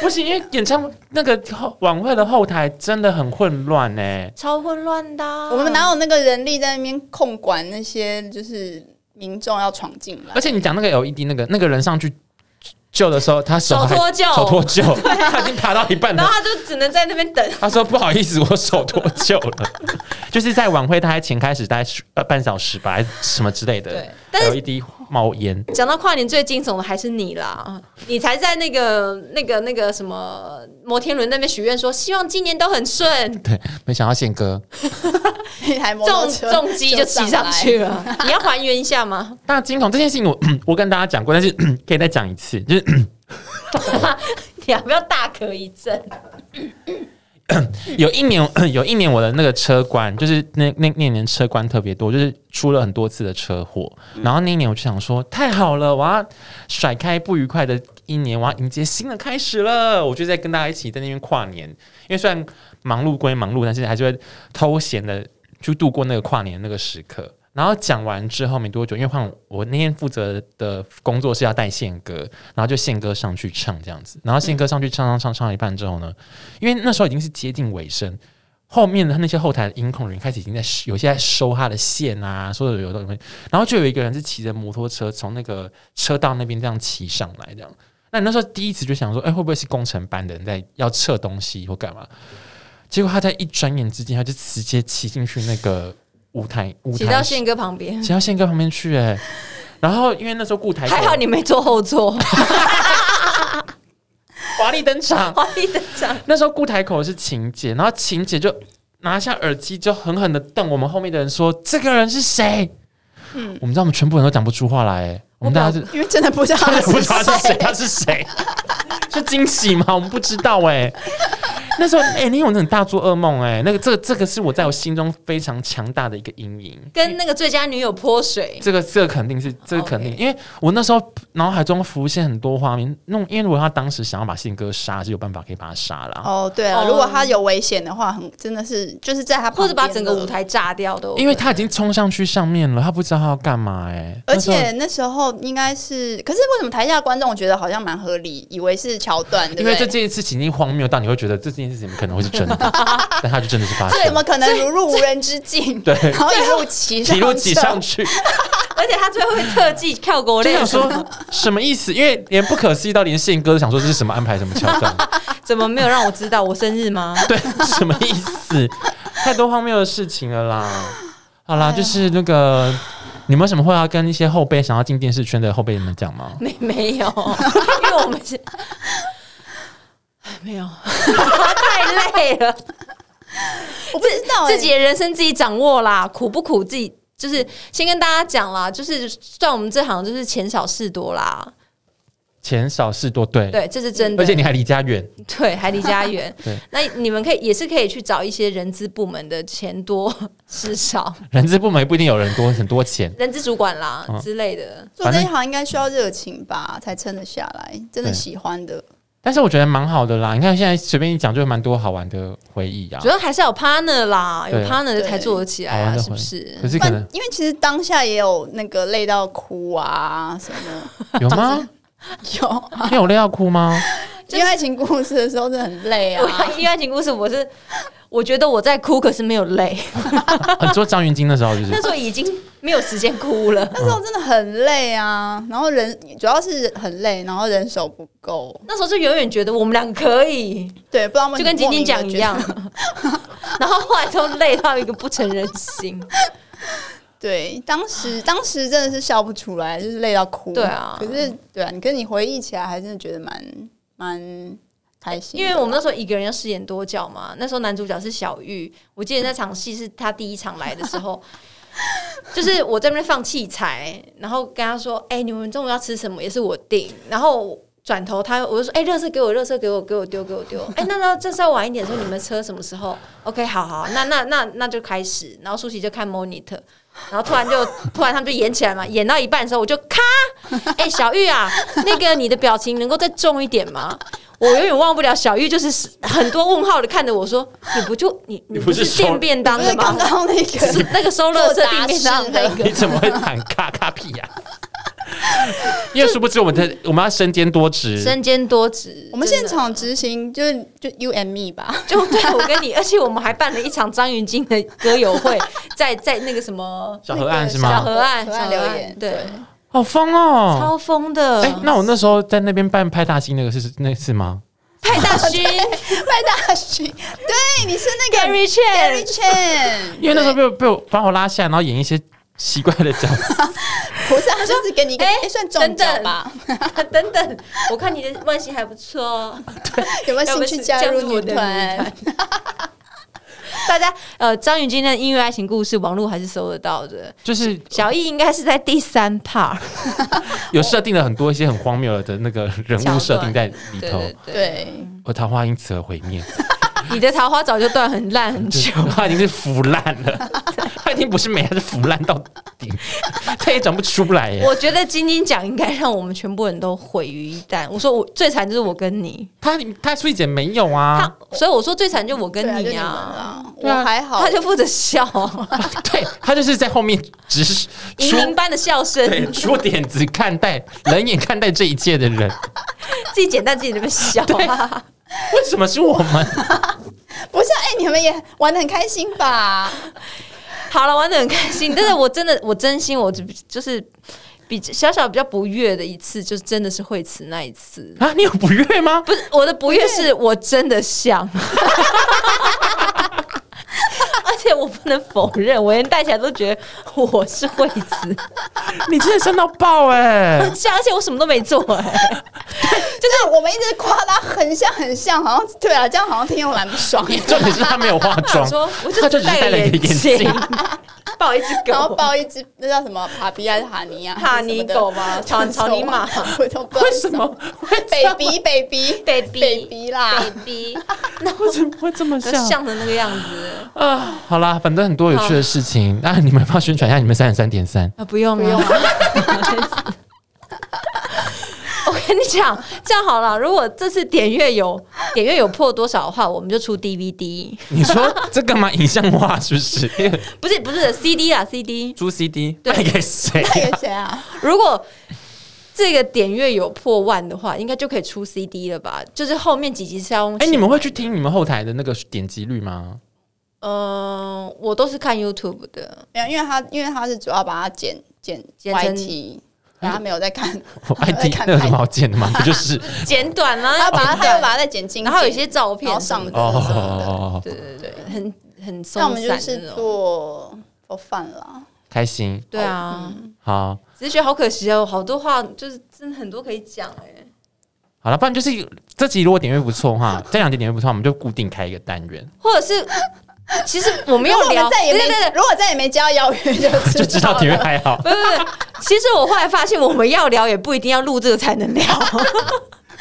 S3: 不行，因为演唱会那个后晚会的后台真的很混乱呢。
S1: 超混乱的啊、
S4: 我们哪有那个人力在那边控管那些就是民众要闯进来
S3: 而？且你讲那个 LED 那个那个人上去救的时候，他手
S1: 手
S3: 还
S1: 脱臼
S3: 手脱臼， 他已经爬到一半
S1: 然
S3: 了
S1: 后。他就只能在那边等，
S3: 他说：“不好意思，我手脱臼 了。”就是在晚会，他还前开始大概十呃半小时吧，还是什么之类的
S1: 对。但是
S3: LED 冒烟，
S1: 讲到跨年最惊悚的还是你啦，你才在那个、那个、那个什么摩天轮那边许愿说，希望今年都很顺，
S3: 对，没想到宪哥。
S4: 一台摩
S1: 呃重
S4: 托车
S1: 重机就骑上去了。 你要还原一下吗？
S3: 大惊恐这件事情我， 我跟大家讲过，但是 可以再讲一次，就是
S1: 你要不要大咳一阵？
S3: 有一年， 有一年我的那个车关，就是那那那年车关特别多，就是出了很多次的车祸。然后那一年我就想说，太好了，我要甩开不愉快的一年，我要迎接新的开始了。我就在跟大家一起在那边跨年，因为虽然忙碌归忙碌，但是还是会偷闲的去度过那个跨年那个时刻。然后讲完之后没多久，因为换我我那天负责的工作是要带宪歌，然后就宪歌上去唱这样子，然后宪歌上去唱唱唱唱一半之后呢，因为那时候已经是接近尾声，后面的那些后台的音控人员开始已经在有些在收他的线啊，所有有的东西，然后就有一个人是骑着摩托车从那个车道那边这样骑上来，这样，那你那时候第一次就想说，哎、会不会是工程班的人在要撤东西或干嘛？结果他在一转眼之间，他就直接骑进去那个舞台 舞
S1: 骑到
S3: 台，
S1: 宪哥旁边，哎
S3: 骑到宪哥旁边去、哎，然后因为那时候顾台
S1: 还好你没坐后座，
S3: 华丽登场，
S1: 华丽登场。
S3: 那时候顾台口是晴姐，然后晴姐就拿下耳机，就狠狠的瞪我们后面的人说：“这个人是谁？”嗯，我们知道我们全部人都讲不出话来、哎我们大家是
S4: 因为真的不知道
S3: 他
S4: 他
S3: 不知道
S4: 是
S3: 他是谁，
S4: 谁。
S3: 他是谁？是惊喜吗？我们不知道哎、 那时候哎、你有那种大做噩梦哎、那个这个这个是我在我心中非常强大的一个阴影。
S1: 跟那个最佳女友泼水，
S3: 这个这个肯定是，这个肯定
S1: OK
S3: 因为我那时候脑海中浮现很多画面。弄，因为如果他当时想要把信哥杀，是有办法可以把他杀了。
S4: 哦，对啊，
S1: 哦
S4: 如果他有危险的话，很真的是就是在他旁边
S1: 或者把整个
S4: 了
S1: 舞。台炸掉都有可能，
S3: 因为他已经冲上去上面了，他不知道他要干嘛哎、
S4: 而
S3: 那时
S4: 且
S3: 候
S4: 那时候应该是，可是为什么台下观众我觉得好像蛮合理，以为是桥段，对
S3: 因
S4: 不
S3: 为这
S4: 对？
S3: 件事情已经荒谬到你会觉得这件事情可能会是真的，但他就真的是发生。
S4: 怎么可能如入无人之境？
S3: 对
S4: 然后一路骑 上，
S3: 一路挤上，去，
S1: 而且他最后会特技跳国
S3: 我就
S1: 内
S3: 想，说什么意思？因为连不可思议到连宪哥都想说这是什么安排，什么桥段，
S1: 怎么没有让我知道我生日吗？
S3: 对，什么意思？太多荒谬的事情了啦！好啦，就是那个，你们有什么话要跟一些后辈想要进电视圈的后辈们讲吗？
S1: 没 没有，因为我们是。唉没有， 太累了，
S4: 我不知道、欸、
S1: 自己的人生自己掌握啦，苦不苦自己就是先跟大家讲啦，就是算我们这行就是钱少事多啦，
S3: 钱少事多，对，
S1: 对，这是真的。
S3: 而且你还离家远，
S1: 对，海底家园
S3: 对。
S1: 那你们可以也是可以去找一些人资部门的钱多事 少，
S3: 人资部门也不一定有人多很多钱。
S1: 人资主管啦、
S3: 嗯
S1: 之类的。
S4: 做这一行应该需要热情吧，才撑得下来。真的喜欢的，
S3: 但是我觉得蛮好的啦，你看现在随便一讲就有蛮多好玩的回忆啊
S1: 主。要还是要有 partner 啦，有
S3: 对
S1: partner 才做得起来
S3: 好玩
S1: 啊，
S3: 的
S1: 是不
S3: 回忆
S1: 是？
S3: 可是
S4: 不
S3: 可
S4: 然
S3: 能
S4: 因为其实当下也有那个累到哭啊什么
S3: 有
S1: 哦
S3: 吗？
S4: 有啊，
S3: 你有泪要哭吗？
S4: 因为爱情故事的时候真的很累
S1: 我
S4: 啊。
S1: 因为爱情故事，我是我觉得我在哭，可是没有泪，
S3: 很多张云京的时候就是
S1: 那时候已经没有时间哭了。
S4: 那时候真的很累啊，然后人主要是很累，然后人手不够，
S1: 那时候就永远觉得我们两个可以，
S4: 对，不知道为什么
S1: 就跟晶晶讲一样
S4: 莫名地觉得，
S1: 然后后来都累到一个不成人形。
S4: 哦对，当时当时真的是笑不出来，就是累到哭。
S1: 对啊
S4: 可是对啊，你跟你回忆起来，还真的觉得蛮蛮开心的。
S1: 因为我们那时候一个人要饰演多角嘛，那时候男主角是小玉，我记得那场戏是他第一场来的时候， 就是我在那边放器材，然后跟他说：“哎、你们中午要吃什么？”也是我定，然后。转头他我就说，哎、热色给我，热色给我，给我丢，给我丢。哎、那那这是要晚一点说你们车什么时候？OK，好好，那那那那就开始。然后舒淇就看 monitor，然后突然就 突然他们就演起来嘛，演到一半的时候我就咔， 哎、小玉啊，那个你的表情能够再重一点吗？我永远忘不了小玉，就是很多问号的看着我说：“你不就你你
S3: 你不
S1: 不
S3: 是
S1: 是
S3: 收
S1: 订便当
S4: 不
S1: 的
S4: 是
S1: 吗
S4: 刚？刚那个
S1: 是 那个收垃圾订便当的那
S4: 做杂
S1: 个
S3: 你怎么会喊咔咔屁呀、 因为殊不知我们的我们要身兼多职，
S1: 身兼多职。”
S4: 我们
S1: 真
S4: 现
S1: 的
S4: 场执行就是就 you and me 吧，
S1: 就对我跟你，而 且我们还办了一场张云京的歌友会，在在那个什么
S3: 小河岸是
S1: 小
S3: 吗？
S1: 河岸
S4: 河
S1: 小河
S4: 岸
S1: 岸
S4: 留言
S1: 对，
S3: 好疯哦！
S1: 超疯的
S3: 哎、。那我那时候在那边办派大星那个是那是吗？
S1: 派大 勋、
S4: 派大星，对，你是那个
S1: Gary Chan，
S4: Gary Chan，
S3: 因为那时候被我被我把我拉下来，然后演一些奇怪的角色，
S4: 不是，他就是给你一个
S1: 哎
S4: 哎算中奖吧，
S1: 等等，我看你的外形还不错哦。
S4: 有没有
S1: 要不
S4: 兴
S1: 是
S4: 趣加入女团？。
S1: 大家呃，张雨今天的音乐爱情故事，网络还是搜得到的。
S3: 就是
S1: 小易应该是在第三 part，
S3: 有设定了很多一些很荒谬的那个人物设定在里
S1: 对
S3: 头，
S1: 对对，
S4: 对，
S3: 我桃花因此而毁灭。
S1: 你的桃花早就断很烂很久，
S3: 他已经是腐烂了， 他已经不是美，他是腐烂到底， 他也长不出来耶。
S1: 我觉得晶晶奖应该让我们全部人都毁于一旦。我说我最惨就是我跟你，
S3: 他他苏以姐没有啊，
S1: 他所以我说最惨就是我跟
S4: 对啊就
S1: 你
S4: 你们
S1: 啊，
S4: 啦，我
S3: 对啊
S4: 还好，
S1: 他就负责 笑，
S3: 对他就是在后面只是
S1: 银
S3: 出
S1: 铃般的笑声，
S3: 对出点子看待 冷眼看待这一切的人，
S1: 自己简单自己在那边笑啊。
S3: 为什么是我们？
S4: 不是哎，你们也玩的很开心吧？
S1: 好了，玩的很开心，但是我真的，我真心，我就就是比小小比较不悦的一次，就是真的是惠慈那一次。
S3: 啊，你有不悦吗？
S1: 不是我的不悦，是我真的想， 而且我不能否认，我连戴起来都觉得我是惠慈，
S3: 你真的伤到爆 哎、
S1: 很像，而且我什么都没做、哎，
S4: 就是我们一直夸他很像很像，好像对啊，这样好像听众蛮 不爽。
S3: 重点是他没有化妆
S1: 我，说我
S3: 他
S1: 就
S3: 就
S1: 只
S3: 只是戴了一个
S1: 眼
S3: 眼镜，
S1: 抱一只
S4: 然后
S1: 狗，
S4: 抱一只那叫什么帕比还是哈尼啊？
S1: 哈尼狗吗
S4: 还是什么的
S1: 草草泥马
S4: 我都 不 知道
S3: 为什么会这样？
S4: ？baby baby
S1: Baby
S4: baby 啦，
S1: baby，
S3: 为什么会这么像？
S1: 像的那个样子
S3: 啊， 好啦，反正很多有趣的事情，那、你们要不要宣传一下你们三十三点 三？
S1: 啊，不用
S4: 不用
S1: 啊。我跟你讲，这样好了，如果这次点阅有点阅有破多少的话，我们就出 DVD，
S3: 你说这干嘛影像化是不是？因为
S1: 不是不是 CD 啊 CD。
S3: 租 CD
S1: 对
S3: 卖给谁？
S4: 那个谁啊？
S1: 如果这个点阅有破万的话，应该就可以出 CD 了吧？就是后面几集是要用
S3: 哎、
S1: 钱
S3: 你们会去听你们后台的那个点击率 吗？
S1: 嗯、我都是看 YouTube 的，
S4: 没有，因为他因为他是主要把它剪剪
S1: 剪成
S4: YT，然后他没有在看，
S3: 我爱听
S4: 在
S3: 嗯
S4: 呃看
S3: 那有什么好剪的 吗？不就是
S1: 简短啦、
S4: 他
S1: 要
S4: 把它他
S1: 它
S4: 会把它再剪进去，
S1: 然后有一些照片
S4: 然后
S1: 什
S4: 上
S1: 么
S4: 字
S1: 的
S3: 哦，
S1: 对对对，很很松
S4: 那我们就
S1: 散的
S4: 是
S1: 那种。
S4: 做 for fun 啦。
S3: 开心
S1: 对啊，
S3: 好。
S1: 只是觉得好可惜哦，好多话就是真的很多可以讲哎、
S3: 好了，不然就是这集如果点阅不错的话，这两集点阅不错，我们就固定开一个单元，
S1: 或者是 其实我没有
S4: 如果我
S1: 聊，
S4: 们再也没，
S1: 对对对，
S4: 如果再也没接到邀约，
S3: 就
S4: 就
S3: 知
S4: 知
S3: 道
S4: 道
S3: 点阅
S4: 了。
S3: 还好。
S1: 不不不，其实我后来发现我们要聊也不一定要录这个才能 聊，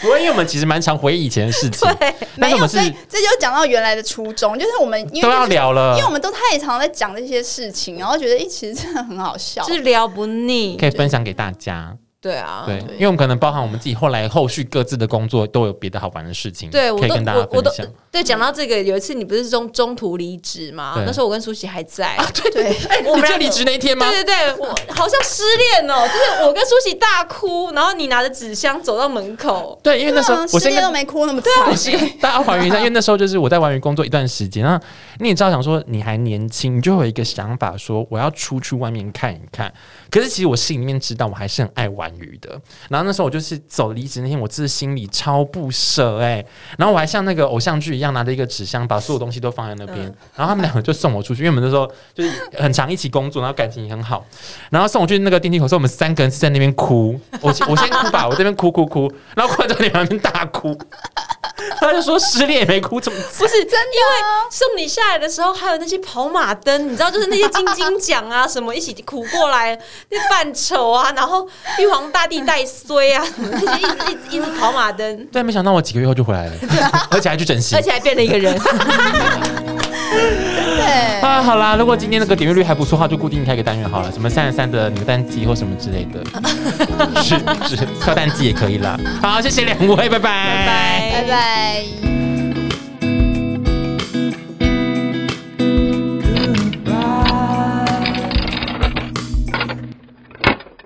S3: 不过因为我们其实蛮常回忆以前的事情，
S1: 对，
S3: 但
S4: 没
S3: 是我
S4: 有，
S3: 们
S4: 所以
S3: 是
S4: 这就讲到原来的初衷，就是我们因为、
S3: 都要
S4: 就是
S3: 聊了
S4: 因为，我们都太常在讲这些事情，然后觉得哎、诶其实真的很好笑。
S1: 就是聊不腻
S3: 可，以分享给大家。
S1: 对啊，
S3: 对，因为我们可能包含我们自己后来后续各自的工作都有别的好玩的事情，
S1: 对
S3: 可
S1: 我
S3: 以
S1: 都
S3: 跟大家
S1: 我我
S3: 分
S1: 都
S3: 享。
S1: 对讲到这个，有一次你不是中中途离职吗
S3: 对？啊
S1: 那时候我跟舒淇还在，
S4: 对，
S1: 我
S3: 哎你
S1: 们
S3: 就
S1: 俩
S3: 离职那一天吗？
S1: 对对对，我好像失恋哦，就是我跟舒淇大哭，然后你拿着纸箱走到门 口，
S3: 对，因为那时候
S4: 对啊
S3: 我
S4: 失
S3: 先
S4: 恋
S3: 跟
S4: 都没哭那么惨、
S3: 啊我先跟 大家还原一下，因为那时候就是我在玩鱼工作一段时间，那你也知道，想说你还年轻，你就有一个想法说我要出去外面看一看。可是其实我心里面知道，我还是很爱玩鱼的。然后那时候我就是走离职那天，我真的心里超不舍哎、然后我还像那个偶像剧一样，拿着一个纸箱，把所有东西都放在那边。然后他们两个就送我出去，因为我们那时候就是很常一起工作，然后感情也很好。然后送我去那个电梯口的时候，我们三个人是在那边哭，我先我先哭吧，我这边哭哭哭，然后哭完之后你们那边大哭。他就说失恋也没哭，怎么
S1: 不是真的、因为送你下来的时候，还有那些跑马灯，你知道，就是那些金金奖啊什么一起苦过来，那扮丑啊，然后玉皇大帝带衰啊，什么那些一直一直一直跑马 灯，
S3: 对，没想到我几个月后就回来了，而且还去整形
S1: 而。且还变了一个人。
S4: 对，
S3: 啊，好啦，如果今天那个点阅率还不错的话，就固定开一个单元好了，什么三十三的扭蛋机或什么之类的，是是跳蛋机也可以啦。好，谢谢两位，拜拜，拜拜
S4: 拜拜。